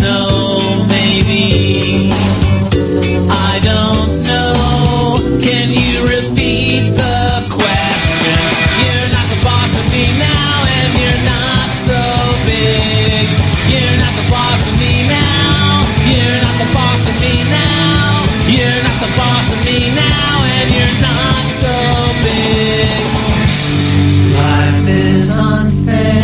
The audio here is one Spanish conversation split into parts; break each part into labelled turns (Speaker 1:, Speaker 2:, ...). Speaker 1: know, maybe. I don't know. Can you repeat the question? You're not the boss of me now, and you're not so big. You're not the boss of me now. You're not the boss of me now. You're not the boss of me now, and you're not so big. Life is unfair.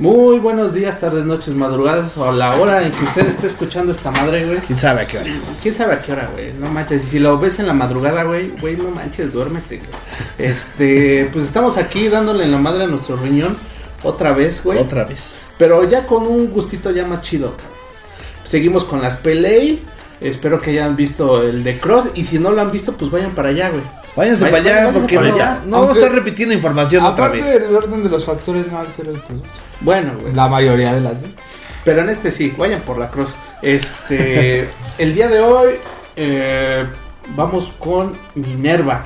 Speaker 2: Muy buenos días, tardes, noches, madrugadas o a la hora en que usted esté escuchando esta madre, güey.
Speaker 3: ¿Quién sabe a qué hora?
Speaker 2: ¿Quién sabe a qué hora, güey? No manches. Y si lo ves en la madrugada, güey, güey, no manches, duérmete, güey. Este, pues estamos aquí dándole en la madre a nuestro riñón otra vez, güey.
Speaker 3: Otra vez.
Speaker 2: Pero ya con un gustito ya más chido, cabrón. Seguimos con las Pelei. Espero que hayan visto el de Cross. Y si no lo han visto, pues vayan para allá, güey.
Speaker 3: Váyanse
Speaker 2: Vaya-
Speaker 3: para allá
Speaker 2: váyanse
Speaker 3: porque
Speaker 2: para
Speaker 3: no,
Speaker 2: allá.
Speaker 3: no
Speaker 4: Aunque-
Speaker 3: vamos a estar repitiendo información otra
Speaker 4: Aparte
Speaker 3: vez.
Speaker 4: del orden de los factores no altera el producto.
Speaker 2: Bueno, güey.
Speaker 4: La mayoría de las veces.
Speaker 2: Pero en este sí, vayan por la cruz. Este, el día de hoy eh, vamos con Minerva.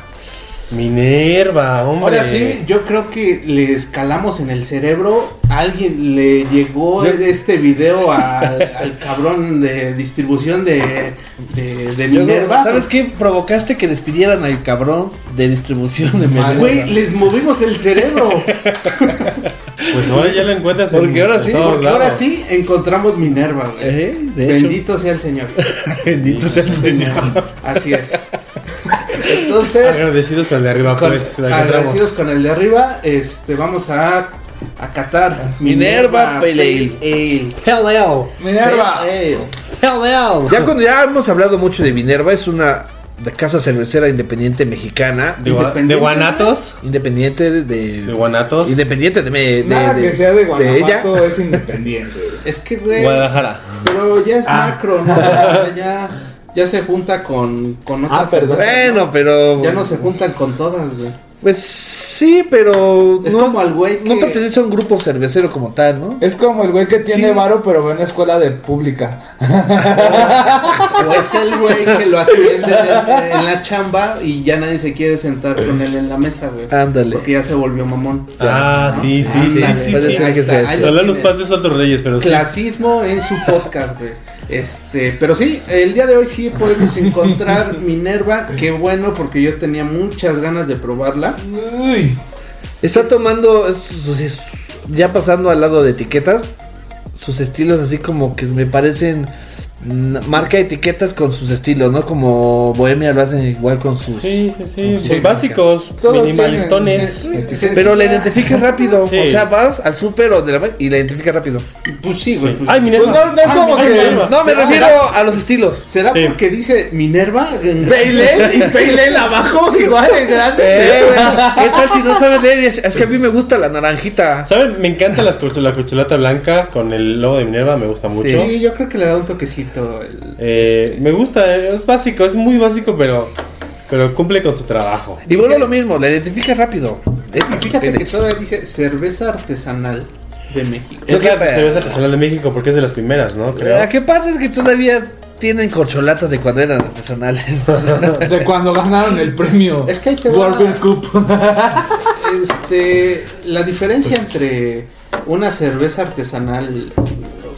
Speaker 3: Minerva, hombre.
Speaker 2: Ahora sí, yo creo que le escalamos en el cerebro. Alguien le llegó
Speaker 3: Yo-
Speaker 2: este video al, al cabrón de distribución de, de, de
Speaker 3: Yo-
Speaker 2: Minerva.
Speaker 3: ¿Sabes qué? Provocaste que despidieran al cabrón de distribución de Minerva.
Speaker 2: Güey, les movimos el cerebro.
Speaker 5: Pues ahora ya lo encuentras en-
Speaker 3: Porque ahora
Speaker 5: en
Speaker 3: sí,
Speaker 5: todos
Speaker 2: Porque ahora
Speaker 5: lados.
Speaker 2: sí encontramos Minerva, güey.
Speaker 3: Eh, de hecho,
Speaker 2: Bendito sea el Señor.
Speaker 3: bendito sea el Señor.
Speaker 2: Así es.
Speaker 3: Pues,
Speaker 2: Entonces,
Speaker 5: Agradecidos con el de arriba,
Speaker 2: Con-
Speaker 5: pues. la
Speaker 2: agradecidos
Speaker 5: encontramos.
Speaker 2: con el de arriba, este, vamos a acatar
Speaker 3: Minerva Pale Ale.
Speaker 2: Ale.
Speaker 3: Hell yeah.
Speaker 4: Minerva.
Speaker 2: Pale Ale.
Speaker 3: Ya, cuando, ya hemos hablado mucho de Minerva, es una de casa cervecera independiente mexicana.
Speaker 5: De, Gua-
Speaker 2: Independiente.
Speaker 5: de Guanatos.
Speaker 3: Independiente de. de-
Speaker 5: De Guanatos.
Speaker 3: independiente de, de-
Speaker 4: Nada
Speaker 3: de-
Speaker 4: que sea de
Speaker 3: ella.
Speaker 4: Guanajuato es independiente.
Speaker 2: Es que, güey,
Speaker 5: Guadalajara.
Speaker 2: pero ya es macro, ¿no? O sea, ya, ya se junta con, con otras.
Speaker 4: Ah, perdón.
Speaker 2: cervezas, ¿no?
Speaker 3: Bueno, pero.
Speaker 2: Ya no se juntan con todas, güey.
Speaker 3: Pues sí, pero.
Speaker 2: Es
Speaker 3: no,
Speaker 2: como al güey
Speaker 3: no
Speaker 2: que-
Speaker 3: pertenece a un grupo cervecero como tal, ¿no?
Speaker 4: Es como el güey que tiene
Speaker 3: Sí.
Speaker 4: varo pero va a una escuela de pública.
Speaker 2: O es el güey que lo asciende en, en la chamba y ya nadie se quiere sentar con él en la mesa, güey.
Speaker 3: Ándale.
Speaker 2: Porque ya se volvió mamón.
Speaker 5: Ah, sí, sí, sí,
Speaker 2: Ándale,
Speaker 5: sí,
Speaker 3: puede
Speaker 5: sí.
Speaker 3: ser
Speaker 2: ahí
Speaker 3: que
Speaker 2: está,
Speaker 3: sea eso.
Speaker 2: ahí lo
Speaker 5: Ojalá los
Speaker 2: tienes.
Speaker 5: pases otros reyes, pero sí.
Speaker 2: clasismo en su podcast, güey. Este, pero sí, el día de hoy sí podemos encontrar Minerva. Qué bueno, porque yo tenía muchas ganas de probarla.
Speaker 4: Uy.
Speaker 3: Está tomando. es- sus- es- ya pasando al lado de etiquetas. Sus estilos así como que me parecen. mm, Marca etiquetas con sus estilos, ¿no? Como Bohemia lo hacen igual con sus.
Speaker 5: Sí, sí, sí.
Speaker 3: Sí,
Speaker 5: Pues básicos,
Speaker 4: Todos
Speaker 5: minimalistones.
Speaker 4: tienen- sí, sí.
Speaker 3: Pero la identificas rápido.
Speaker 5: Sí.
Speaker 3: O sea, vas al súper o de la y la identificas rápido.
Speaker 2: Pues sí, güey. pues-
Speaker 5: Ay, Minerva.
Speaker 4: Pues no- no es
Speaker 5: Ay,
Speaker 4: como
Speaker 5: Minerva.
Speaker 4: que-
Speaker 5: Ay, Minerva.
Speaker 3: No, me
Speaker 2: ¿Será-
Speaker 3: refiero a los estilos.
Speaker 2: ¿Será
Speaker 5: Sí.
Speaker 2: porque dice Minerva? en-
Speaker 4: Paylel y Paylel abajo igual es grande.
Speaker 3: Eh, güey, ¿Qué tal si no sabes leer? Es, es que a mí me gusta la naranjita.
Speaker 5: ¿Saben? Me encanta las corcho- la corcholata blanca con el logo de Minerva, me gusta mucho.
Speaker 2: Sí, yo creo que le da un toquecito. el-
Speaker 5: Eh, me gusta, eh, es básico, es muy básico, pero, pero cumple con su trabajo.
Speaker 3: Y vuelvo a lo mismo, la identificas rápido. Eh,
Speaker 2: Y fíjate que
Speaker 3: pene.
Speaker 2: todavía dice cerveza artesanal de México.
Speaker 3: Lo
Speaker 5: Es
Speaker 3: que
Speaker 5: la
Speaker 3: pa-
Speaker 5: cerveza artesanal de México porque es de las primeras, ¿no?
Speaker 3: Lo
Speaker 5: Creo.
Speaker 3: que pasa es que todavía tienen corcholatas de cuadreras artesanales.
Speaker 4: De cuando ganaron el premio
Speaker 2: Es que ahí te va.
Speaker 4: World Beer Cup.
Speaker 2: Este, la diferencia entre una cerveza artesanal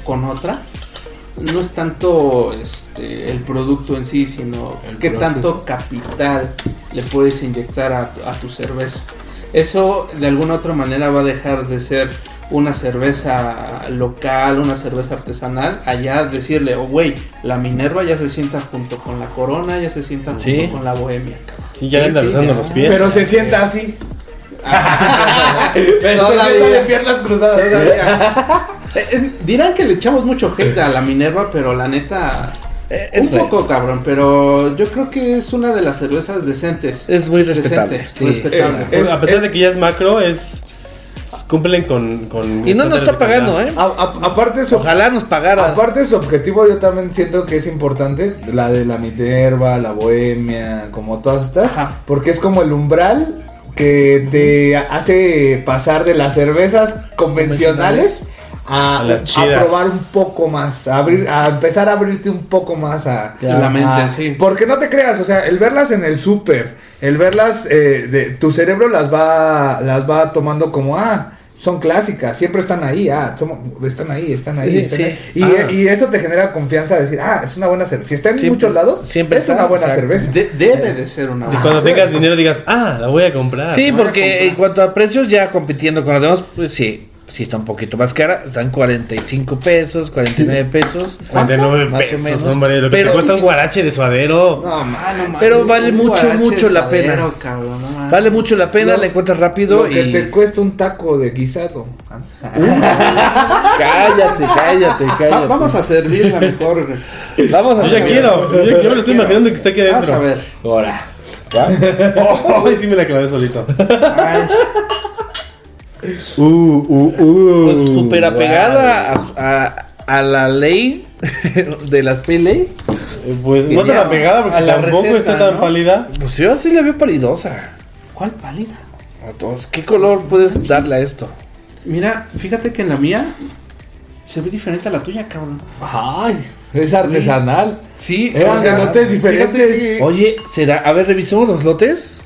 Speaker 2: con otra no es tanto este, el producto en sí, sino
Speaker 4: El
Speaker 2: qué
Speaker 4: proceso.
Speaker 2: tanto capital le puedes inyectar a, tu- a tu cerveza. Eso de alguna otra manera va a dejar de ser una cerveza local, una cerveza artesanal, allá decirle, oh güey, la Minerva ya se sienta junto con la Corona, ya se sienta junto
Speaker 3: Sí.
Speaker 2: con la Bohemia. cabrón".
Speaker 5: Sí, ya le andan
Speaker 2: Sí, sí,
Speaker 5: besando
Speaker 2: ya.
Speaker 5: los pies.
Speaker 4: Pero se sienta así.
Speaker 2: Pero
Speaker 4: se sienta
Speaker 2: todavía-
Speaker 4: de piernas cruzadas.
Speaker 2: Todavía. Eh, Es- dirán que le echamos mucho hate a la Minerva, pero la neta.
Speaker 3: Eh, es
Speaker 2: un
Speaker 3: feo.
Speaker 2: poco cabrón, pero yo creo que es una de las cervezas decentes.
Speaker 3: Es muy respetable.
Speaker 2: Decente,
Speaker 3: sí.
Speaker 2: respetable.
Speaker 4: Eh, eh,
Speaker 5: Pues, a pesar de que ya es macro, es cumplen con, con
Speaker 3: y no nos
Speaker 5: estándares
Speaker 3: está
Speaker 5: de
Speaker 3: pagando,
Speaker 5: calidad.
Speaker 3: ¿eh?
Speaker 4: A- a- aparte su
Speaker 3: Ojalá nos pagara.
Speaker 4: Aparte su objetivo yo también siento que es importante, la de la Minerva, la Bohemia, como todas estas,
Speaker 2: Ajá.
Speaker 4: porque es como el umbral que te hace pasar de las cervezas convencionales a,
Speaker 5: A las
Speaker 4: a
Speaker 5: chidas.
Speaker 4: probar un poco más, a abrir, a empezar a abrirte un poco más a
Speaker 2: Ya. La mente,
Speaker 4: a-
Speaker 2: sí.
Speaker 4: Porque no te creas, o sea, el verlas en el súper, el verlas, eh, de, tu cerebro las va, las va tomando como ah. son clásicas, siempre están ahí, ah, somos- están ahí, están ahí.
Speaker 3: Sí,
Speaker 4: están
Speaker 3: sí.
Speaker 4: ahí. Y,
Speaker 3: Ah.
Speaker 4: y eso te genera confianza de decir, ah, es una buena cerveza. Si está en
Speaker 3: Siempre-
Speaker 4: muchos lados,
Speaker 3: siempre
Speaker 4: es una
Speaker 3: está,
Speaker 4: buena
Speaker 3: exacto.
Speaker 4: cerveza.
Speaker 2: De- debe de ser una
Speaker 5: Y
Speaker 2: buena
Speaker 5: cuando
Speaker 4: sí.
Speaker 5: tengas dinero digas, ah, la voy a comprar.
Speaker 3: ¿eh? Sí,
Speaker 2: no la
Speaker 3: porque
Speaker 2: compras.
Speaker 3: en cuanto a precios, ya compitiendo con las demás, pues sí, sí está un poquito más cara. Están 45 pesos, 49 pesos.
Speaker 5: 49
Speaker 3: Más o
Speaker 5: pesos,
Speaker 3: menos.
Speaker 5: hombre. Lo que
Speaker 3: Pero-
Speaker 5: te cuesta un guarache de suadero.
Speaker 2: No, mano, man.
Speaker 3: Pero vale
Speaker 2: Un
Speaker 3: mucho,
Speaker 2: guarache
Speaker 3: mucho la
Speaker 2: suadero,
Speaker 3: pena.
Speaker 2: cabrón, no mames.
Speaker 3: Vale mucho la pena,
Speaker 4: Lo-
Speaker 3: la encuentras rápido
Speaker 4: Lo
Speaker 3: y.
Speaker 4: que te cuesta un taco de guisado.
Speaker 3: Cállate, cállate,
Speaker 2: Va-
Speaker 3: cállate.
Speaker 2: vamos a servirla mejor. güey.
Speaker 3: vamos
Speaker 5: Yo
Speaker 3: a
Speaker 5: ya quiero. Yo, yo me lo estoy imaginando que está aquí
Speaker 2: Vas
Speaker 5: adentro.
Speaker 2: a ver.
Speaker 5: Ahora. Ay, sí me la clavé solito. Uh, uh, uh.
Speaker 3: Pues súper apegada a, a- a la ley de las E. PLA.
Speaker 5: Eh, Pues no te
Speaker 3: Ya,
Speaker 5: la pegada porque
Speaker 2: a la
Speaker 5: tampoco
Speaker 2: receta,
Speaker 5: está tan
Speaker 2: ¿no?
Speaker 5: pálida.
Speaker 3: Pues yo sí la veo palidosa.
Speaker 2: ¿Cuál pálida?
Speaker 3: A todos. ¿Qué color puedes darle a esto?
Speaker 2: Mira, fíjate que en la mía se ve diferente a la tuya, cabrón. Eh,
Speaker 4: Ay, es artesanal.
Speaker 2: Sí,
Speaker 4: Eran de lotes diferentes.
Speaker 3: Oye, será. A ver, revisemos los lotes.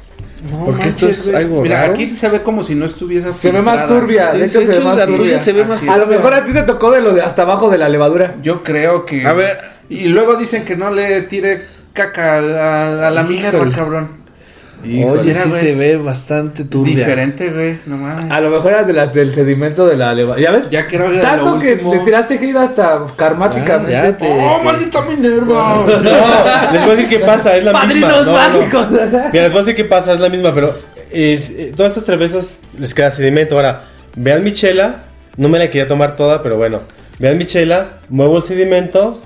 Speaker 3: Oh,
Speaker 2: porque esto es algo Mira,
Speaker 3: raro.
Speaker 2: aquí se ve como si no estuviese
Speaker 4: Se ve más
Speaker 2: filtrada.
Speaker 4: turbia.
Speaker 3: Sí,
Speaker 4: de hecho,
Speaker 3: de
Speaker 4: se ve
Speaker 3: hecho, la
Speaker 4: más
Speaker 3: tuya
Speaker 4: turbia.
Speaker 3: se ve más
Speaker 2: Así es.
Speaker 4: A lo mejor a ti te tocó de lo de hasta abajo de la levadura.
Speaker 2: Yo creo que.
Speaker 3: A ver.
Speaker 2: Y luego dicen que no le tire caca a la, a la Minerva,
Speaker 3: Híjole.
Speaker 2: cabrón.
Speaker 3: Oye,
Speaker 2: Mira,
Speaker 3: sí
Speaker 2: güey.
Speaker 3: se ve bastante turbia.
Speaker 2: Diferente, güey. No mames.
Speaker 4: A lo mejor era de las del sedimento de la levadura. Ya ves,
Speaker 2: Ya creo que
Speaker 4: tanto
Speaker 2: lo
Speaker 4: que
Speaker 2: último-
Speaker 4: te tiraste hate hasta karmáticamente.
Speaker 3: Ah, ya te-
Speaker 2: ¡Oh, maldita Minerva!
Speaker 5: No, les voy a decir qué pasa, es la misma.
Speaker 4: Padrinos
Speaker 5: No, no.
Speaker 4: mágicos.
Speaker 5: Mira, les voy a decir qué pasa, es la misma, pero es- eh, todas estas cervezas les queda sedimento. Ahora, vean mi chela, no me la quería tomar toda, pero bueno. Vean mi chela, muevo el sedimento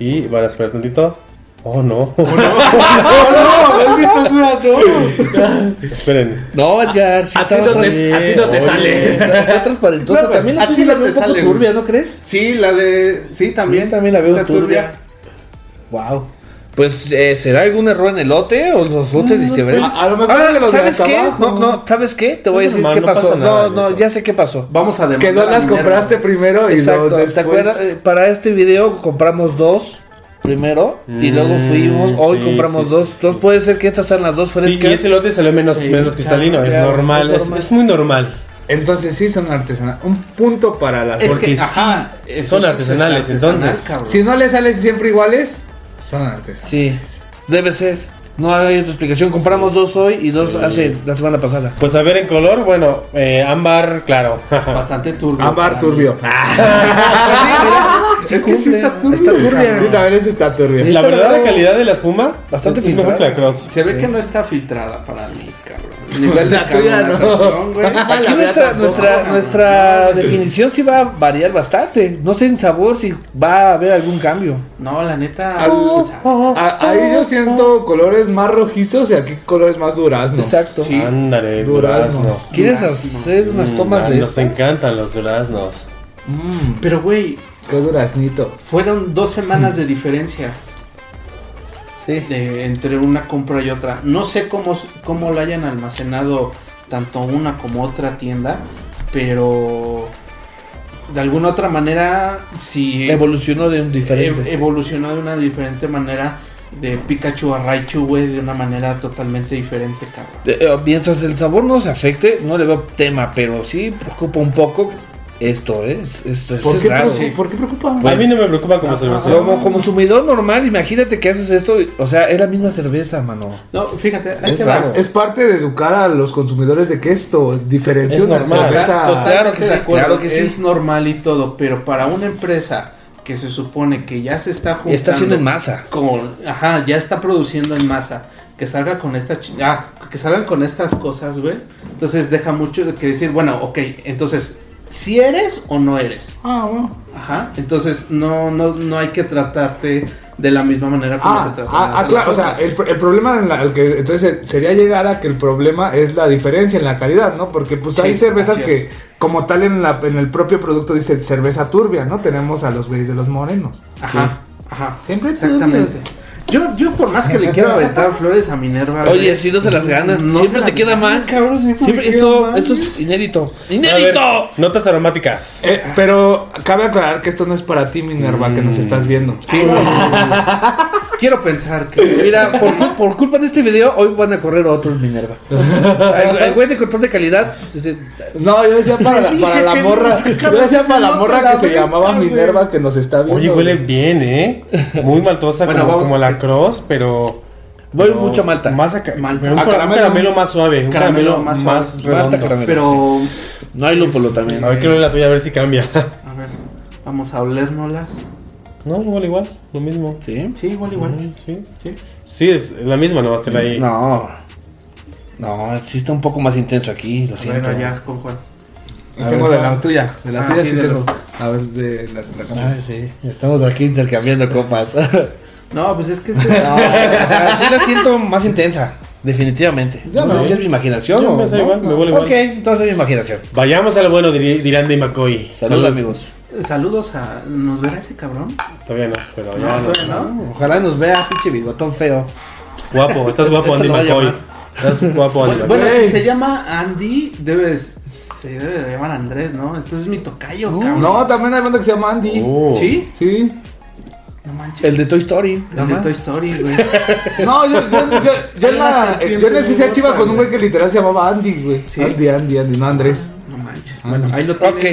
Speaker 5: y van a esperar tantito. Oh no. Oh, Esperen. Oh,
Speaker 3: No, Edgar, sí
Speaker 4: A ti
Speaker 3: está
Speaker 4: no
Speaker 3: bastante-
Speaker 4: te, a ti no te
Speaker 5: Oye.
Speaker 4: sale.
Speaker 3: Está, está transparentosa.
Speaker 2: No, güey,
Speaker 3: también la
Speaker 2: a ti
Speaker 3: tuya
Speaker 2: no
Speaker 3: la veo
Speaker 2: te
Speaker 3: un poco
Speaker 2: sale, güey.
Speaker 3: turbia, ¿no crees?
Speaker 2: Sí, la de. Sí, también.
Speaker 3: Sí, también la veo
Speaker 2: Está
Speaker 3: turbia. Wow. Pues, eh, ¿será algún error en el lote o los lotes diferentes?
Speaker 4: pues, a- a lo mejor que los de
Speaker 3: ¿sabes
Speaker 4: hasta
Speaker 3: qué? No,
Speaker 4: abajo.
Speaker 3: no, ¿sabes qué? Te voy a
Speaker 5: Es
Speaker 3: decir
Speaker 5: normal,
Speaker 3: qué
Speaker 5: no
Speaker 3: pasó.
Speaker 5: pasa nada
Speaker 3: No,
Speaker 5: en
Speaker 3: no,
Speaker 5: eso.
Speaker 3: ya sé qué pasó.
Speaker 2: Vamos a demandar.
Speaker 4: Que no
Speaker 2: a
Speaker 4: las
Speaker 2: Minerva.
Speaker 4: compraste primero y
Speaker 3: Exacto,
Speaker 4: luego después.
Speaker 3: ¿te acuerdas? Eh, Para este video compramos dos primero y
Speaker 5: Mm,
Speaker 3: luego fuimos, hoy
Speaker 5: sí,
Speaker 3: compramos
Speaker 5: sí,
Speaker 3: dos.
Speaker 5: sí,
Speaker 3: Entonces
Speaker 5: sí.
Speaker 3: puede ser que estas sean las dos
Speaker 5: Sí, y
Speaker 3: frescas.
Speaker 5: ese lote salió menos, menos cristalino, es
Speaker 3: claro,
Speaker 5: normal,
Speaker 3: es
Speaker 5: es,
Speaker 3: normal.
Speaker 5: es muy normal.
Speaker 4: Entonces sí son artesanales. Un punto para las
Speaker 2: Es
Speaker 5: Porque
Speaker 2: que,
Speaker 5: sí,
Speaker 2: ajá,
Speaker 5: son
Speaker 2: entonces
Speaker 5: artesanales,
Speaker 2: es artesanal,
Speaker 5: entonces.
Speaker 2: cabrón.
Speaker 4: Si no le salen siempre iguales, son artesanales.
Speaker 3: Sí, debe ser. No hay otra explicación. Compramos dos hoy y dos hace la semana pasada.
Speaker 5: Pues a ver en color, bueno, eh, ámbar, claro.
Speaker 2: Bastante turbio.
Speaker 4: Amar
Speaker 2: para
Speaker 4: turbio. Ah,
Speaker 2: es que sí está turbio.
Speaker 3: Está turbia.
Speaker 4: Sí, también es está turbio.
Speaker 5: La
Speaker 3: Esa
Speaker 5: verdad,
Speaker 3: verdad-
Speaker 5: la calidad de la espuma
Speaker 3: Bastante
Speaker 5: es mejor que
Speaker 3: filtrada.
Speaker 5: la cross.
Speaker 2: Se ve que no está filtrada para mí, cabrón. Nivel
Speaker 4: La tuya no.
Speaker 2: carbonatación, güey.
Speaker 3: Aquí
Speaker 4: Ah, La verdad
Speaker 3: nuestra,
Speaker 4: tampoco,
Speaker 3: nuestra,
Speaker 2: cabrón.
Speaker 3: nuestra definición sí va a variar bastante. No sé en sabor si va a haber algún cambio.
Speaker 2: No, la neta.
Speaker 4: Al-
Speaker 2: quién
Speaker 4: oh,
Speaker 2: sabe.
Speaker 4: A- ahí yo siento colores más rojizos y aquí colores más duraznos.
Speaker 3: Exacto.
Speaker 2: Sí.
Speaker 5: Ándale,
Speaker 4: Duraznos.
Speaker 5: durazno.
Speaker 3: ¿Quieres
Speaker 2: Durazno.
Speaker 3: hacer unas
Speaker 5: Mm,
Speaker 3: tomas
Speaker 5: ah,
Speaker 3: de
Speaker 5: Nos
Speaker 3: esto?
Speaker 5: encantan los duraznos.
Speaker 2: Pero, güey,
Speaker 4: Mm, Qué duraznito.
Speaker 2: fueron dos
Speaker 3: Mm.
Speaker 2: semanas de diferencia
Speaker 3: Sí.
Speaker 2: de- entre una compra y otra. No sé cómo, s- cómo la hayan almacenado tanto una como otra tienda, pero de alguna otra manera, si
Speaker 3: Evolucionó de un
Speaker 2: ev-
Speaker 3: diferente.
Speaker 2: eh, evolucionó de una diferente manera de Pikachu a Raichu, güey, de una manera totalmente diferente, cabrón.
Speaker 3: Eh, eh, mientras el sabor no se afecte, no le veo tema, pero sí preocupa un poco esto, ¿eh? es, esto es,
Speaker 4: ¿Por
Speaker 3: es
Speaker 4: qué,
Speaker 3: raro. Pues,
Speaker 4: preocupa- por qué preocupa?
Speaker 5: a mí no me preocupa como cervecero.
Speaker 3: Como, como consumidor normal, imagínate que haces esto, y- o sea, es la misma cerveza, mano.
Speaker 2: No, fíjate, ahí
Speaker 3: Es
Speaker 2: te va.
Speaker 3: raro.
Speaker 4: Es parte de educar a los consumidores de que esto diferencia
Speaker 5: Es
Speaker 4: una
Speaker 5: normal.
Speaker 4: cerveza.
Speaker 3: Total.
Speaker 2: Claro que sí, claro que sí. Es
Speaker 3: sí.
Speaker 2: normal y todo, pero para una empresa que se supone que ya se está juntando...
Speaker 3: Está haciendo en masa.
Speaker 2: Con, ajá, ya está produciendo en masa. Que salga con esta... chi- Ah, que salgan con estas cosas, güey. Entonces deja mucho de que decir, bueno, ok, entonces, si eres o no eres.
Speaker 4: Ah, bueno.
Speaker 2: Ajá, entonces no, no, no hay que tratarte de la misma manera como se
Speaker 4: Ah,
Speaker 2: trata.
Speaker 4: ah, ah, claro, o sea, el, pr- el problema en la- el que entonces sería llegar a que el problema es la diferencia en la calidad, ¿no? Porque pues
Speaker 2: Sí,
Speaker 4: hay cervezas
Speaker 2: así
Speaker 4: que como tal en, la, en el propio producto dice cerveza turbia, ¿no? Tenemos a los güeyes de los morenos.
Speaker 2: Ajá, ajá.
Speaker 4: Siempre turbios.
Speaker 2: Exactamente. Yo, yo por más que le quiero aventar flores a Minerva.
Speaker 3: Oye,
Speaker 2: güey,
Speaker 3: si no se las gana.
Speaker 2: no se
Speaker 3: siempre te
Speaker 2: las
Speaker 3: queda
Speaker 2: gana,
Speaker 3: más.
Speaker 2: cabrón, siempre
Speaker 3: siempre
Speaker 2: me queda
Speaker 3: esto,
Speaker 2: mal,
Speaker 3: esto
Speaker 2: güey.
Speaker 3: es inédito.
Speaker 5: A ver,
Speaker 3: ¡Inédito!
Speaker 5: notas aromáticas.
Speaker 4: Eh, pero cabe aclarar que esto no es para ti, Minerva, que nos estás viendo.
Speaker 2: Mm. Sí, güey. quiero pensar que.
Speaker 3: Mira, por, cul- por culpa de este video, hoy van a correr otros Minerva. El el güey de control de calidad. dice,
Speaker 4: No, yo decía para la,
Speaker 2: dije
Speaker 4: para la
Speaker 2: que no
Speaker 4: morra.
Speaker 2: sacaras
Speaker 4: yo decía
Speaker 2: ese
Speaker 4: para la
Speaker 2: lote
Speaker 4: morra
Speaker 2: a la
Speaker 4: que se
Speaker 2: venta,
Speaker 4: llamaba
Speaker 2: güey.
Speaker 4: Minerva, que nos está viendo.
Speaker 5: Oye, huele
Speaker 4: güey.
Speaker 5: bien, ¿eh? Muy maltosa,
Speaker 2: Bueno,
Speaker 5: como,
Speaker 2: vamos
Speaker 5: como
Speaker 2: a
Speaker 5: la
Speaker 2: hacer-
Speaker 5: cross, pero.
Speaker 3: Voy
Speaker 5: pero
Speaker 3: mucho a Malta.
Speaker 5: Más a ca-
Speaker 2: Malta.
Speaker 5: pero un,
Speaker 2: A
Speaker 5: ca- un caramelo,
Speaker 2: caramelo.
Speaker 5: más suave. Un
Speaker 2: Caramelo
Speaker 5: caramelo,
Speaker 2: más
Speaker 5: más,
Speaker 2: suave.
Speaker 5: redondo.
Speaker 3: Malta caramelo.
Speaker 2: Pero.
Speaker 3: No hay lúpulo también.
Speaker 5: A ver, quiero ver la tuya, a ver si cambia.
Speaker 2: A ver, vamos a olérnoslas.
Speaker 5: no, igual, igual. Lo mismo.
Speaker 3: ¿Sí?
Speaker 2: Sí, igual, igual.
Speaker 5: Sí.
Speaker 2: Sí.
Speaker 5: Sí, es la misma, nomás te la ahí.
Speaker 3: No. No, sí está un poco más intenso aquí, lo
Speaker 2: A ver,
Speaker 3: siento.
Speaker 2: allá, con Juan.
Speaker 4: Yo tengo de la tuya. De la
Speaker 2: Ah,
Speaker 4: tuya
Speaker 2: sí,
Speaker 4: sí,
Speaker 2: de
Speaker 4: tengo. A ver, de la, la cámara.
Speaker 5: Ah,
Speaker 3: Ay, sí. Estamos aquí intercambiando copas.
Speaker 2: No, pues es que
Speaker 3: No, o
Speaker 2: este.
Speaker 3: sea, sí la siento más intensa. Definitivamente.
Speaker 4: Yo
Speaker 3: no
Speaker 4: no.
Speaker 3: sé si es mi imaginación
Speaker 5: Yo
Speaker 3: o
Speaker 5: me sé
Speaker 3: no.
Speaker 5: igual, me huele
Speaker 3: Ok,
Speaker 5: igual.
Speaker 3: entonces es mi imaginación.
Speaker 5: Vayamos a lo bueno, diri- dirán de McCoy.
Speaker 3: Saludos, amigos.
Speaker 2: Saludos a. ¿Nos verá ese cabrón?
Speaker 5: Todavía no, pero ya
Speaker 2: No,
Speaker 5: no.
Speaker 2: todavía no.
Speaker 3: Ojalá nos vea pinche bigotón feo.
Speaker 5: Guapo, estás
Speaker 3: Esto
Speaker 5: guapo, Andy
Speaker 3: lo va a
Speaker 5: McCoy.
Speaker 3: llamar.
Speaker 5: Estás guapo, Andy
Speaker 2: Bueno,
Speaker 5: McCoy.
Speaker 2: bueno,
Speaker 4: Ey.
Speaker 2: si se llama Andy, debes. Se debe de llamar Andrés, ¿no? Entonces es mi tocayo, cabrón.
Speaker 4: No, también hay banda que se llama Andy.
Speaker 5: Oh.
Speaker 2: ¿Sí?
Speaker 4: Sí.
Speaker 2: No manches.
Speaker 3: El de Toy Story.
Speaker 2: El de Toy Story, güey.
Speaker 4: No, yo, yo, yo, yo en la, eh, yo en el CCH iba con un güey que literal se llamaba Andy, güey.
Speaker 2: Sí.
Speaker 4: Andy, Andy, Andy, no Andrés.
Speaker 2: No manches. Bueno, ahí lo tiene.
Speaker 3: Ok.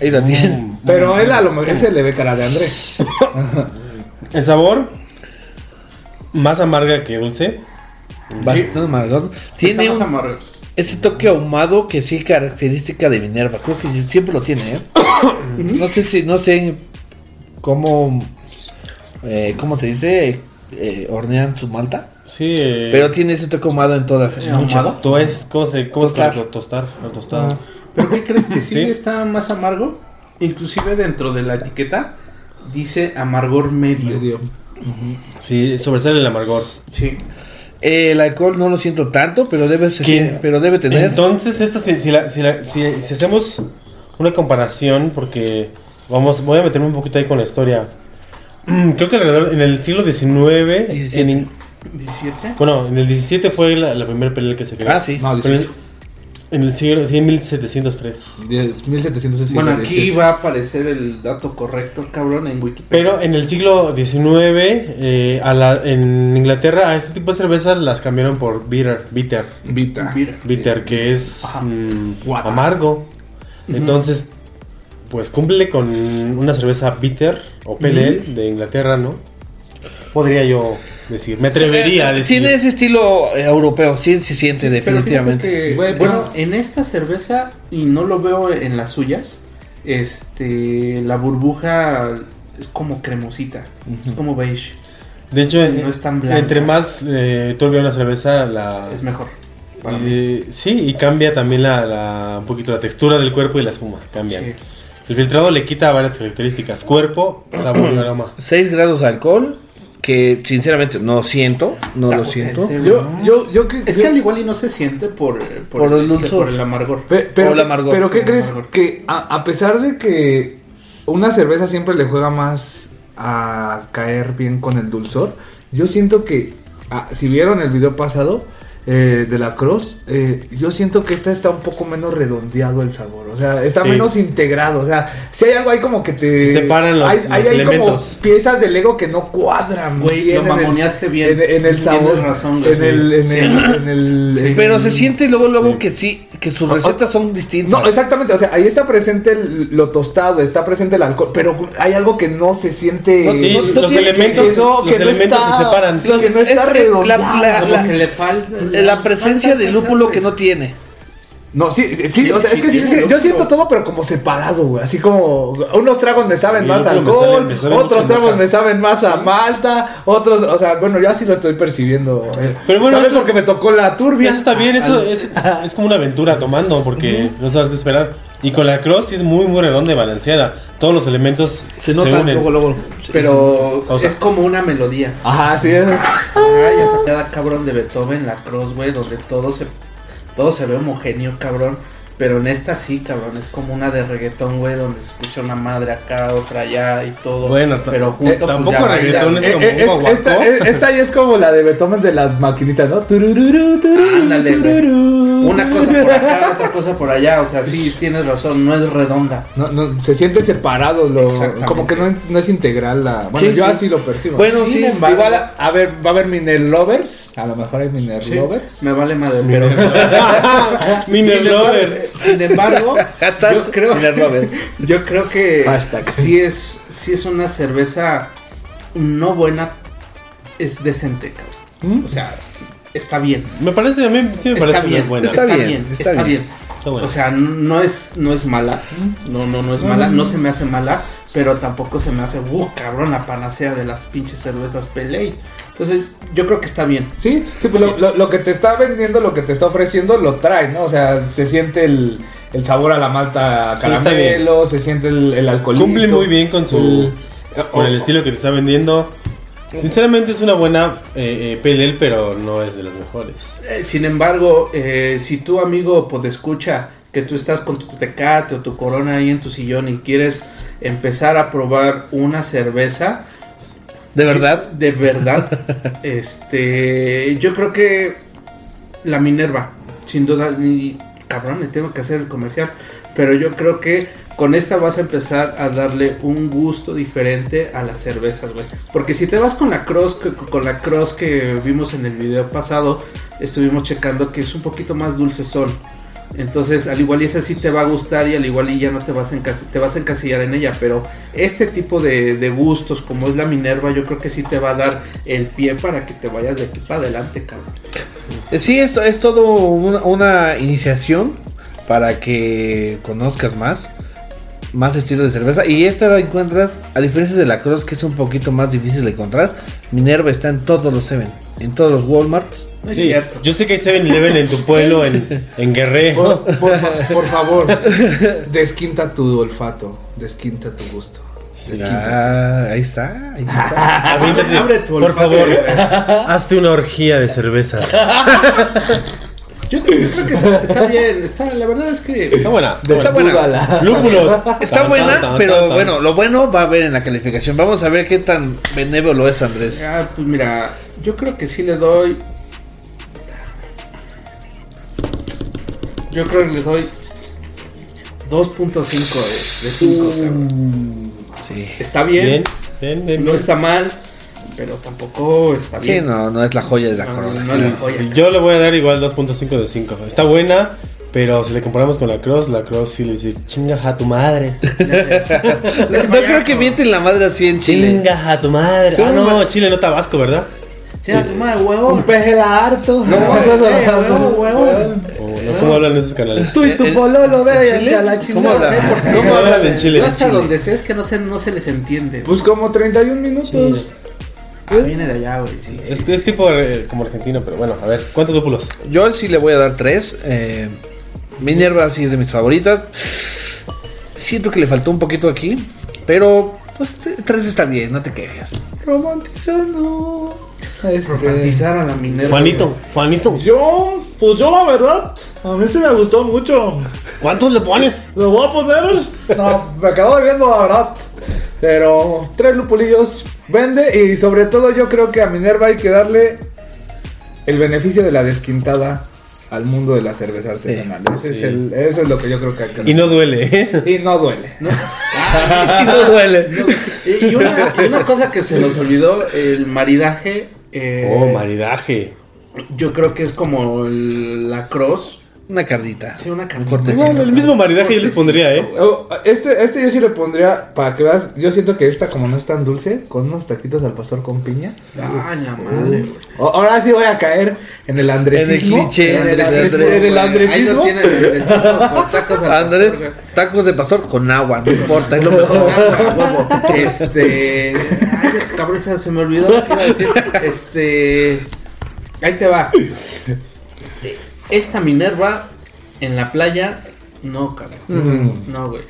Speaker 3: Ahí
Speaker 4: Mm.
Speaker 3: la tienen.
Speaker 4: Pero él a lo mejor él se le ve cara de Andrés.
Speaker 5: El sabor más amarga que dulce.
Speaker 3: Bastante amargón. Tiene
Speaker 2: Estamos
Speaker 3: un-
Speaker 2: amarrados.
Speaker 3: ese toque ahumado que sí es característica de Minerva. Creo que siempre lo tiene, ¿eh? no sé si, no sé cómo, eh, cómo se dice, Eh, hornean su malta.
Speaker 5: Sí. eh,
Speaker 3: Pero tiene ese toque ahumado en todas, en
Speaker 2: ahumado.
Speaker 3: muchas.
Speaker 5: Todo es cosa de
Speaker 3: Tostar. Ah.
Speaker 5: tostar. Tostar, al tostado.
Speaker 2: ¿Pero qué crees que sí,
Speaker 5: Sí.
Speaker 2: está más amargo? Inclusive dentro de la etiqueta dice amargor medio.
Speaker 4: Medio.
Speaker 5: Sí, sobresale el amargor.
Speaker 2: Sí.
Speaker 3: Eh, el alcohol no lo siento tanto, pero debe, se-
Speaker 5: ¿Quién?
Speaker 3: pero debe tener.
Speaker 5: Entonces, esta, si, si la- si la- si- si hacemos una comparación, porque vamos, voy a meterme un poquito ahí con la historia. Creo que alrededor- en el siglo XIX, en,
Speaker 3: Diecisiete.
Speaker 5: In-
Speaker 2: 17.
Speaker 5: bueno, en el 17 fue la, la primera pelea que se creó.
Speaker 3: ah, sí.
Speaker 4: No,
Speaker 5: Con el-
Speaker 4: 18.
Speaker 5: en el siglo sí, en 1703.
Speaker 4: 1700.
Speaker 2: bueno, aquí va a aparecer el dato correcto, cabrón, en Wikipedia.
Speaker 5: Pero en el siglo XIX, eh, a la- en Inglaterra, a este tipo de cervezas las cambiaron por bitter, bitter,
Speaker 4: Vita.
Speaker 2: Ah, Mira.
Speaker 5: bitter, que es
Speaker 2: Ajá.
Speaker 5: mm,
Speaker 4: Guata.
Speaker 5: amargo. Entonces, pues cumple con una cerveza bitter o pale ale de Inglaterra, ¿no? Podría yo decir, me atrevería a decir.
Speaker 3: Tiene ese estilo eh, europeo, sí se siente
Speaker 2: Pero fíjate
Speaker 3: definitivamente.
Speaker 2: que,
Speaker 4: Güey, pues-
Speaker 2: bueno, en esta cerveza, y no lo veo en las suyas, este, la burbuja es como cremosita, es como beige,
Speaker 5: De hecho,
Speaker 2: No es tan blanca.
Speaker 5: entre más eh, turbia una cerveza, la,
Speaker 2: es mejor. para
Speaker 5: Eh,
Speaker 2: mí.
Speaker 5: sí, y cambia también la, la- un poquito la textura del cuerpo y la espuma. Cambia.
Speaker 2: Sí.
Speaker 5: El filtrado le quita varias características: cuerpo, sabor y aroma.
Speaker 3: 6 grados de alcohol, que sinceramente no siento, no lo siento.
Speaker 2: potente,
Speaker 4: Yo, yo, yo que.
Speaker 2: Es
Speaker 4: yo-
Speaker 2: que al igual y no se siente por, por,
Speaker 3: Por el dulzor.
Speaker 2: por el amargor.
Speaker 4: Pe- pero,
Speaker 3: Por el amargor.
Speaker 4: pero ¿qué
Speaker 2: Por el
Speaker 4: crees?
Speaker 2: amargor.
Speaker 4: Que a, a pesar de que una cerveza siempre le juega más a caer bien con el dulzor, yo siento que, ah, si vieron el video pasado eh, de la Cross, eh, yo siento que esta está un poco menos redondeado el sabor, o sea, está
Speaker 5: Sí.
Speaker 4: menos integrado, o sea, si hay algo ahí como que te...
Speaker 5: Se separan los-
Speaker 4: hay,
Speaker 5: los
Speaker 4: hay ahí como
Speaker 5: elementos.
Speaker 4: piezas del ego que no cuadran,
Speaker 2: Güey,
Speaker 4: bien
Speaker 2: lo
Speaker 4: en el-
Speaker 2: mamoneaste bien.
Speaker 4: En, en el
Speaker 2: Tienes
Speaker 4: sabor.
Speaker 2: razón, güey,
Speaker 4: en
Speaker 2: sí.
Speaker 4: el, en
Speaker 2: Sí.
Speaker 4: el- en el-
Speaker 2: Sí.
Speaker 4: en-
Speaker 3: Pero se siente luego, luego que sí, que sus recetas son distintas.
Speaker 4: no, exactamente, o sea, ahí está presente el- lo tostado, está presente el alcohol, pero hay algo que no se siente...
Speaker 5: No, Pues sí, los
Speaker 4: tiene-
Speaker 5: elementos- los elementos
Speaker 4: está-
Speaker 5: se separan.
Speaker 4: Que no
Speaker 3: Los-
Speaker 4: está
Speaker 3: este-
Speaker 4: redondeado.
Speaker 3: la- la-
Speaker 2: Como que le falta
Speaker 3: La presencia
Speaker 2: falta
Speaker 3: de lúpulo que
Speaker 2: pensar,
Speaker 3: no tiene.
Speaker 4: No, sí, sí, sí, o sea, es que sí,
Speaker 2: sí,
Speaker 4: sí,
Speaker 2: sí,
Speaker 4: yo siento todo, pero como separado, güey. Así como unos tragos me saben
Speaker 5: Y
Speaker 4: más
Speaker 5: otros me
Speaker 4: alcohol,
Speaker 5: saben- me saben
Speaker 4: otros
Speaker 5: mucho
Speaker 4: tragos
Speaker 5: moca.
Speaker 4: me saben más a malta, otros, o sea, bueno, yo así lo estoy percibiendo. eh.
Speaker 5: Pero bueno,
Speaker 4: Tal vez
Speaker 5: eso-
Speaker 4: porque me tocó la
Speaker 5: Eso
Speaker 4: turbia.
Speaker 5: está bien, eso es, es como una aventura tomando, porque no sabes qué esperar. Y con la cross sí es muy, muy redonda y balanceada. Todos los elementos
Speaker 3: Se nota
Speaker 5: unen.
Speaker 3: luego, luego.
Speaker 2: Pero
Speaker 5: O sea-
Speaker 2: es como una melodía.
Speaker 4: Ajá, sí. es-
Speaker 2: Ay, ya sacada cabrón de Beethoven, la cross, güey, donde todo se, todo se ve homogéneo, cabrón. Pero en esta sí, cabrón, es como una de reggaetón, güey, donde se escucha una madre acá, otra allá y todo.
Speaker 5: Bueno, ta-
Speaker 2: pero
Speaker 5: eh,
Speaker 2: junto pues,
Speaker 5: tampoco
Speaker 2: ya bailan,
Speaker 5: reggaetón
Speaker 2: güey.
Speaker 5: Es como un guaguancó.
Speaker 4: esta, eh, esta ya es como la de Beethoven de las maquinitas, ¿no? Turururu, turururu,
Speaker 2: Ándale, güey.
Speaker 4: turururu.
Speaker 2: Una cosa por acá, otra cosa por allá. O sea, sí, tienes razón, no es redonda.
Speaker 4: No, no, se siente separado, lo,
Speaker 2: Exactamente.
Speaker 4: como que no, no es integral la... Bueno,
Speaker 2: Sí,
Speaker 4: yo
Speaker 2: sí.
Speaker 4: así lo percibo.
Speaker 2: Bueno, sí, embargo-
Speaker 4: igual a, a ver, va a haber Miner Lovers, a lo mejor hay Miner
Speaker 2: Sí,
Speaker 4: Lovers.
Speaker 2: me vale madre, pero. sin, embargo,
Speaker 5: Lover.
Speaker 2: sin embargo, yo creo, yo creo que
Speaker 4: Hashtag.
Speaker 2: sí es, sí es una cerveza no buena, es decente, cabrón.
Speaker 4: ¿Mm?
Speaker 2: O sea, está bien.
Speaker 5: Me parece, a mí sí me
Speaker 2: está
Speaker 5: parece
Speaker 2: bien,
Speaker 5: buena.
Speaker 2: Está, bien, está, bien.
Speaker 5: Está buena.
Speaker 2: O sea, no es, no es mala, no, no, no es mala, no se me hace mala, pero tampoco se me hace, uh, cabrón, la panacea de las pinches cervezas Pele. Entonces, yo creo que está bien.
Speaker 4: Sí, sí, pues lo, lo- lo que te está vendiendo, lo que te está ofreciendo, lo traes, ¿no? O sea, se siente el, el sabor a la malta
Speaker 5: Sí, está
Speaker 4: caramelo, se siente el, el alcoholito.
Speaker 5: Cumple muy bien con su.
Speaker 2: Mm.
Speaker 4: El-
Speaker 5: con el
Speaker 4: o-
Speaker 5: estilo que te está vendiendo. Sinceramente es una buena eh, eh, pale ale, pero no es de las mejores.
Speaker 2: Eh, Sin embargo, eh, si tu amigo podescucha que tú estás con tu tecate o tu corona ahí en tu sillón y quieres empezar a probar una cerveza,
Speaker 3: ¿De verdad?
Speaker 2: de verdad, este, yo creo que la Minerva, sin duda, ni cabrón, le tengo que hacer el comercial, pero yo creo que con esta vas a empezar a darle un gusto diferente a las cervezas, güey. Porque si te vas con la cross, que- con la cross que vimos en el video pasado, estuvimos checando que es un poquito más dulcezón. Entonces, al igual y esa sí te va a gustar y al igual y ya no te vas a, encas- te vas a encasillar en ella, pero este tipo de, de gustos, como es la Minerva, yo creo que sí te va a dar el pie para que te vayas de aquí para adelante, cabrón.
Speaker 3: Eh, Sí, es, es todo una, una iniciación para que conozcas más, más estilos de cerveza. Y esta la encuentras, a diferencia de la Cross, que es un poquito más difícil de encontrar. Minerva está en todos los Seven, en todos los Walmarts.
Speaker 2: No es
Speaker 5: Sí,
Speaker 2: cierto.
Speaker 5: Yo sé que hay 7-Eleven en tu pueblo, en, en Guerrero.
Speaker 4: Por, por fa- por favor, desquinta tu olfato, desquinta tu gusto. Desquinta.
Speaker 3: Ah, ahí está, ahí está.
Speaker 5: Aviéntate,
Speaker 2: Ah, abre tu
Speaker 5: por
Speaker 2: olfato,
Speaker 5: favor, hazte una orgía de cervezas.
Speaker 2: Yo, yo creo que está, está bien, está, la verdad es que
Speaker 5: Está buena.
Speaker 3: Está buena.
Speaker 4: Desdúdala.
Speaker 5: Lúpulos.
Speaker 3: Está
Speaker 5: Tan, tan,
Speaker 3: buena,
Speaker 5: tan,
Speaker 3: pero
Speaker 5: tan, tan.
Speaker 3: bueno, lo bueno va a haber en la calificación. Vamos a ver qué tan benévolo es Andrés.
Speaker 2: Ah, pues mira, yo creo que sí le doy. Yo creo que le doy 2.5 de 5.
Speaker 3: Mm. Sí.
Speaker 2: Está
Speaker 5: Bien, bien, bien.
Speaker 2: No
Speaker 5: bien.
Speaker 2: está mal, pero tampoco está
Speaker 3: Sí,
Speaker 2: bien.
Speaker 3: no, no es la joya de la
Speaker 2: No,
Speaker 3: corona.
Speaker 2: no, no, no. Oye.
Speaker 5: Sí, Yo le voy a dar igual 2.5 de 5. Está buena, pero si le comparamos con la Cross, la Cross sí le dice chingas a tu madre.
Speaker 3: No, no creo que mienten la madre así en Chile.
Speaker 5: Chingas a tu madre. Ah, no, Chile no Tabasco, ¿verdad?
Speaker 2: Chinga tu madre, huevón.
Speaker 4: Un peje harto.
Speaker 2: No, eh, huevón, huevón.
Speaker 5: O no, ¿Cómo hablan en esos canales?
Speaker 4: Tú y tu pololo, véanse a la
Speaker 3: ¿Cómo
Speaker 4: chingada.
Speaker 2: No sé
Speaker 3: hablan?
Speaker 2: por qué.
Speaker 5: ¿Cómo hablan en Chile?
Speaker 2: Yo hasta
Speaker 5: En Chile.
Speaker 2: donde sé es que no se, no se les entiende.
Speaker 4: Pues como 31 minutos.
Speaker 5: Sí.
Speaker 2: Ah, viene de allá, güey. Sí, sí.
Speaker 5: Es, es tipo eh, como argentino, pero bueno, a ver, ¿cuántos lúpulos?
Speaker 3: Yo sí le voy a dar tres. eh, Minerva sí es de mis favoritas. Siento que le faltó un poquito aquí, pero pues t- tres está bien, no te quejes.
Speaker 4: Romantizando. Este,
Speaker 2: Romantizar a la minera.
Speaker 5: Juanito, Juanito,
Speaker 6: Yo, pues yo la verdad, a mí se me gustó mucho.
Speaker 5: ¿cuántos le pones?
Speaker 6: Lo voy a poner.
Speaker 4: no, me acabo viendo la verdad. Pero tres lupulillos vende y sobre todo yo creo que a Minerva hay que darle el beneficio de la desquintada al mundo de la cerveza artesanal. Ese es
Speaker 5: Sí.
Speaker 4: el- eso es lo que yo creo que hay que
Speaker 5: Y no duele, ¿eh?
Speaker 4: y no duele.
Speaker 3: Y no duele.
Speaker 2: Y y una, y una cosa que se nos olvidó, el maridaje. eh,
Speaker 5: Oh, maridaje.
Speaker 2: Yo creo que es como el- la cross.
Speaker 3: Una cardita.
Speaker 2: Sí, una
Speaker 3: Cortesía.
Speaker 5: Igual, el mismo maridaje yo le pondría, ¿eh?
Speaker 4: Oh, Este, este yo sí le pondría, para que veas, yo siento que esta como no es tan dulce, con unos taquitos al pastor con piña.
Speaker 2: Ay, Ah, la madre. güey.
Speaker 4: O- Ahora sí voy a caer en el andresismo.
Speaker 3: En el cliché,
Speaker 4: En el
Speaker 3: Andrés,
Speaker 4: andres-
Speaker 3: Andrés,
Speaker 4: en el
Speaker 2: Ahí lo
Speaker 4: andresismo.
Speaker 2: tienen, el andresismo, por tacos al
Speaker 3: Andrés,
Speaker 2: pastor, Ah,
Speaker 3: tacos de pastor con agua, no importa, es lo
Speaker 4: Ah,
Speaker 3: mejor.
Speaker 2: güey. Este. Ay, cabrón, se se me olvidó lo que iba a decir. Este. Ahí te va. Esta Minerva en la playa, no, cabrón.
Speaker 4: Mm.
Speaker 2: No, güey.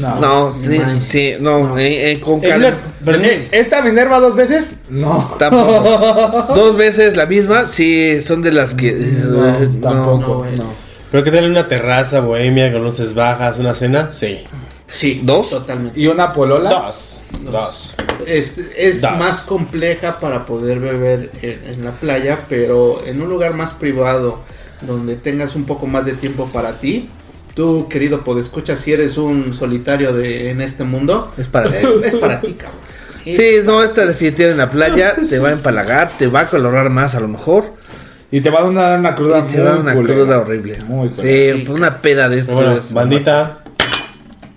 Speaker 4: No.
Speaker 3: No, sí, sí, no, eh, eh, con
Speaker 5: En
Speaker 3: calma.
Speaker 5: una- pero no-
Speaker 4: ¿Esta Minerva dos veces? No.
Speaker 3: Tampoco. Dos veces la misma, sí, son de las que. eh,
Speaker 4: No,
Speaker 3: no.
Speaker 4: tampoco.
Speaker 2: no, güey.
Speaker 4: no.
Speaker 5: Pero Pero que tal en una terraza bohemia con luces bajas, una cena, sí.
Speaker 2: Sí,
Speaker 3: ¿Dos?
Speaker 2: Totalmente.
Speaker 4: Y una polola.
Speaker 5: Dos. Dos.
Speaker 2: Es, es
Speaker 5: Das.
Speaker 2: más compleja para poder beber en, en la playa, pero en un lugar más privado, donde tengas un poco más de tiempo para ti. Tú, querido podescucha, si eres un solitario de, en este mundo,
Speaker 3: Es para ti.
Speaker 2: eh, es para ti, cabrón.
Speaker 3: Sí, no, esta definitiva en la playa te va a empalagar, te va a colorar más a lo mejor.
Speaker 4: Y te vas a dar una cruda
Speaker 3: Y te va a dar una
Speaker 4: culera.
Speaker 3: cruda horrible.
Speaker 4: Muy culera.
Speaker 3: sí,
Speaker 2: Sí.
Speaker 3: pues una peda de
Speaker 5: Pero
Speaker 3: estos.
Speaker 5: bueno,
Speaker 3: es-
Speaker 5: bandita.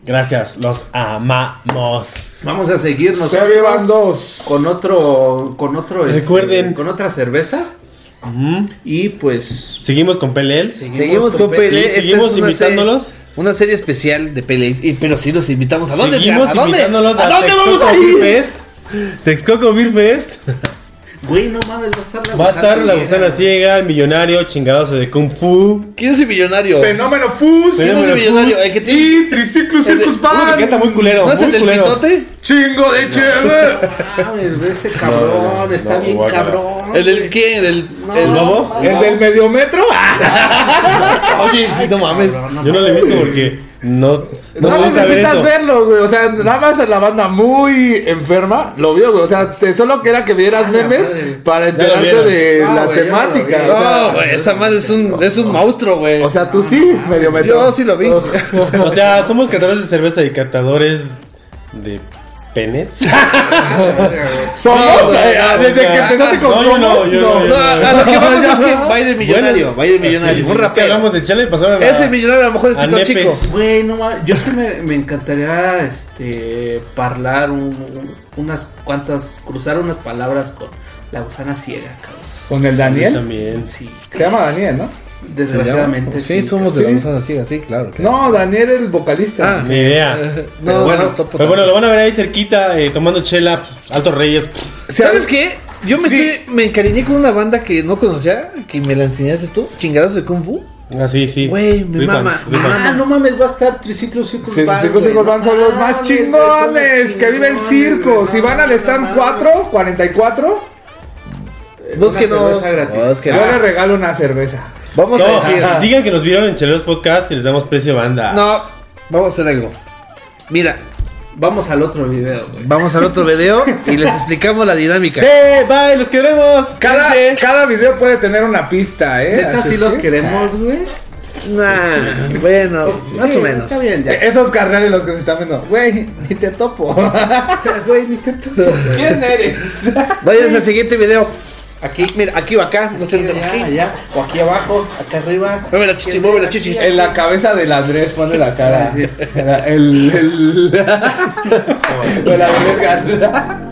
Speaker 5: Gracias, los amamos.
Speaker 2: Vamos a seguirnos
Speaker 4: Se llevan dos.
Speaker 2: con otro, con otro, este,
Speaker 5: Recuerden.
Speaker 2: con otra cerveza
Speaker 5: Ujú.
Speaker 2: y pues
Speaker 5: Seguimos con PLLs.
Speaker 3: Seguimos con
Speaker 2: Pele.
Speaker 3: Pele.
Speaker 5: Y
Speaker 3: esta
Speaker 5: seguimos
Speaker 3: es una
Speaker 5: invitándolos.
Speaker 3: serie- una serie especial de Pele. Y- pero sí los invitamos. ¿A dónde?
Speaker 5: Seguimos
Speaker 3: ¿A dónde?
Speaker 5: invitándolos
Speaker 3: ¿A dónde
Speaker 5: Texcoco
Speaker 3: vamos a
Speaker 5: Beer
Speaker 3: ir?
Speaker 5: Fest. Texcoco Beer Fest.
Speaker 2: Güey, no mames, va a estar la
Speaker 5: Va a estar la
Speaker 2: ciega.
Speaker 5: gusana ciega, el millonario, chingados de Kung Fu.
Speaker 3: ¿Quién es el millonario?
Speaker 4: Fenómeno
Speaker 3: ¿Quién
Speaker 4: Fus.
Speaker 3: es el
Speaker 5: Fenómeno
Speaker 3: millonario? ¿El que tiene-
Speaker 4: Y Triciclo Circus
Speaker 5: Uy, que
Speaker 4: Bar.
Speaker 5: canta muy culero.
Speaker 3: ¿No es
Speaker 5: muy
Speaker 3: el del
Speaker 5: culero.
Speaker 3: pitote?
Speaker 4: Chingo de chévere.
Speaker 2: Mames, ve ese cabrón,
Speaker 5: No, no,
Speaker 2: está
Speaker 5: no,
Speaker 2: bien
Speaker 5: guácala.
Speaker 2: cabrón.
Speaker 3: ¿El del qué? ¿El del el lobo?
Speaker 4: El del Ah. mediometro.
Speaker 3: Oye, sí, no mames.
Speaker 5: Yo no lo he visto porque no, no,
Speaker 4: No,
Speaker 5: vamos a ver
Speaker 4: necesitas
Speaker 5: eso.
Speaker 4: verlo, güey. O sea, nada más la banda muy enferma lo vio, güey. O sea, te solo que era que vieras
Speaker 2: Ah,
Speaker 4: memes
Speaker 2: madre.
Speaker 4: para enterarte
Speaker 5: vieron. Ah,
Speaker 4: de
Speaker 2: Ah,
Speaker 4: la
Speaker 2: güey, ya lo
Speaker 4: temática.
Speaker 2: vi.
Speaker 4: o, sea,
Speaker 3: No, güey, esa madre es un, es un monstruo, güey.
Speaker 4: o sea, Oh. tú sí, mediometro.
Speaker 3: yo sí lo vi.
Speaker 5: O sea, somos catadores de cerveza y catadores de penes.
Speaker 2: Pues,
Speaker 5: Ah,
Speaker 4: ¿Somos?
Speaker 3: No,
Speaker 4: Eh,
Speaker 5: no,
Speaker 4: desde
Speaker 5: no,
Speaker 4: que empezaste con
Speaker 5: no, yo
Speaker 4: Somos,
Speaker 5: no, yo no, Ah, yo
Speaker 3: No, a lo que vamos es que va a ir el millonario. Va a ir el millonario.
Speaker 5: Así,
Speaker 3: Un
Speaker 5: es que
Speaker 3: rapero.
Speaker 5: hablamos de chela y pasaron a...
Speaker 3: Ese millonario a lo mejor es
Speaker 5: A
Speaker 3: pito chico.
Speaker 5: nepes.
Speaker 2: Güey, no mames, yo sí me, me encantaría este hablar unas cuantas, cruzar unas palabras con la gusana ciega, cabrón.
Speaker 4: Con el Daniel.
Speaker 5: También.
Speaker 2: Sí,
Speaker 4: Se llama Daniel, ¿no?
Speaker 2: desgraciadamente sí.
Speaker 4: de la
Speaker 3: zona así, así, claro.
Speaker 4: No, Daniel el vocalista.
Speaker 3: Ah.
Speaker 5: Ni idea.
Speaker 3: No,
Speaker 2: bueno,
Speaker 3: no, topo
Speaker 5: Pero bueno, lo van a ver ahí cerquita, eh, tomando chela, Altos Reyes.
Speaker 3: ¿Sabes qué? Yo me,
Speaker 4: Sí.
Speaker 3: estoy- me encariñé con una banda que no conocía, que me la enseñaste tú, chingados de Kung Fu.
Speaker 5: Así, sí.
Speaker 3: Güey, me
Speaker 5: Rifan,
Speaker 3: mama, me
Speaker 5: rifan.
Speaker 2: Ah, no mames, va a estar Triciclo Circus
Speaker 4: Sí,
Speaker 2: Band,
Speaker 4: Circus
Speaker 2: Pues güey,
Speaker 4: Circus
Speaker 2: no
Speaker 4: Band son los más
Speaker 2: mames, güey, son los
Speaker 4: chingones que vive el
Speaker 2: chingones,
Speaker 4: circo.
Speaker 2: güey, Ah,
Speaker 4: Si
Speaker 2: no
Speaker 4: van al
Speaker 2: mames,
Speaker 4: stand
Speaker 2: no
Speaker 4: 4, 44,
Speaker 2: Una
Speaker 3: Búsquenos.
Speaker 2: cerveza gratis.
Speaker 4: yo
Speaker 3: Búsquenos.
Speaker 4: le regalo una cerveza.
Speaker 3: Vamos
Speaker 5: No,
Speaker 3: a decir.
Speaker 5: digan que nos vieron en Cheleros Podcast y les damos precio banda.
Speaker 3: No, vamos a hacer algo. Mira,
Speaker 2: mames. Vamos al otro video, güey.
Speaker 3: vamos al otro video y les explicamos la dinámica.
Speaker 5: Sí, bye, los queremos.
Speaker 4: Cada, cada video puede tener una pista, ¿eh?
Speaker 2: Neta,
Speaker 4: Así
Speaker 2: sí
Speaker 4: es
Speaker 2: los
Speaker 4: que-
Speaker 2: queremos, güey.
Speaker 3: Nah, bueno, más o
Speaker 2: Sí,
Speaker 3: menos.
Speaker 2: Está bien, ya.
Speaker 4: Eh, Esos carnales los que se están viendo. Güey, ni te topo.
Speaker 2: Güey, ni te toco, güey.
Speaker 4: ¿Quién eres?
Speaker 3: Vayan al siguiente video. Aquí, mira, aquí o acá, no sé
Speaker 2: Sí,
Speaker 3: dónde.
Speaker 2: allá,
Speaker 3: Aquí.
Speaker 2: allá, o aquí abajo, acá arriba.
Speaker 3: Mueve la chichi, mueve la chichi. Eh,
Speaker 4: En la cabeza del Andrés pone la cara.
Speaker 2: Sí.
Speaker 4: El. el, el- de la Andrés Garza.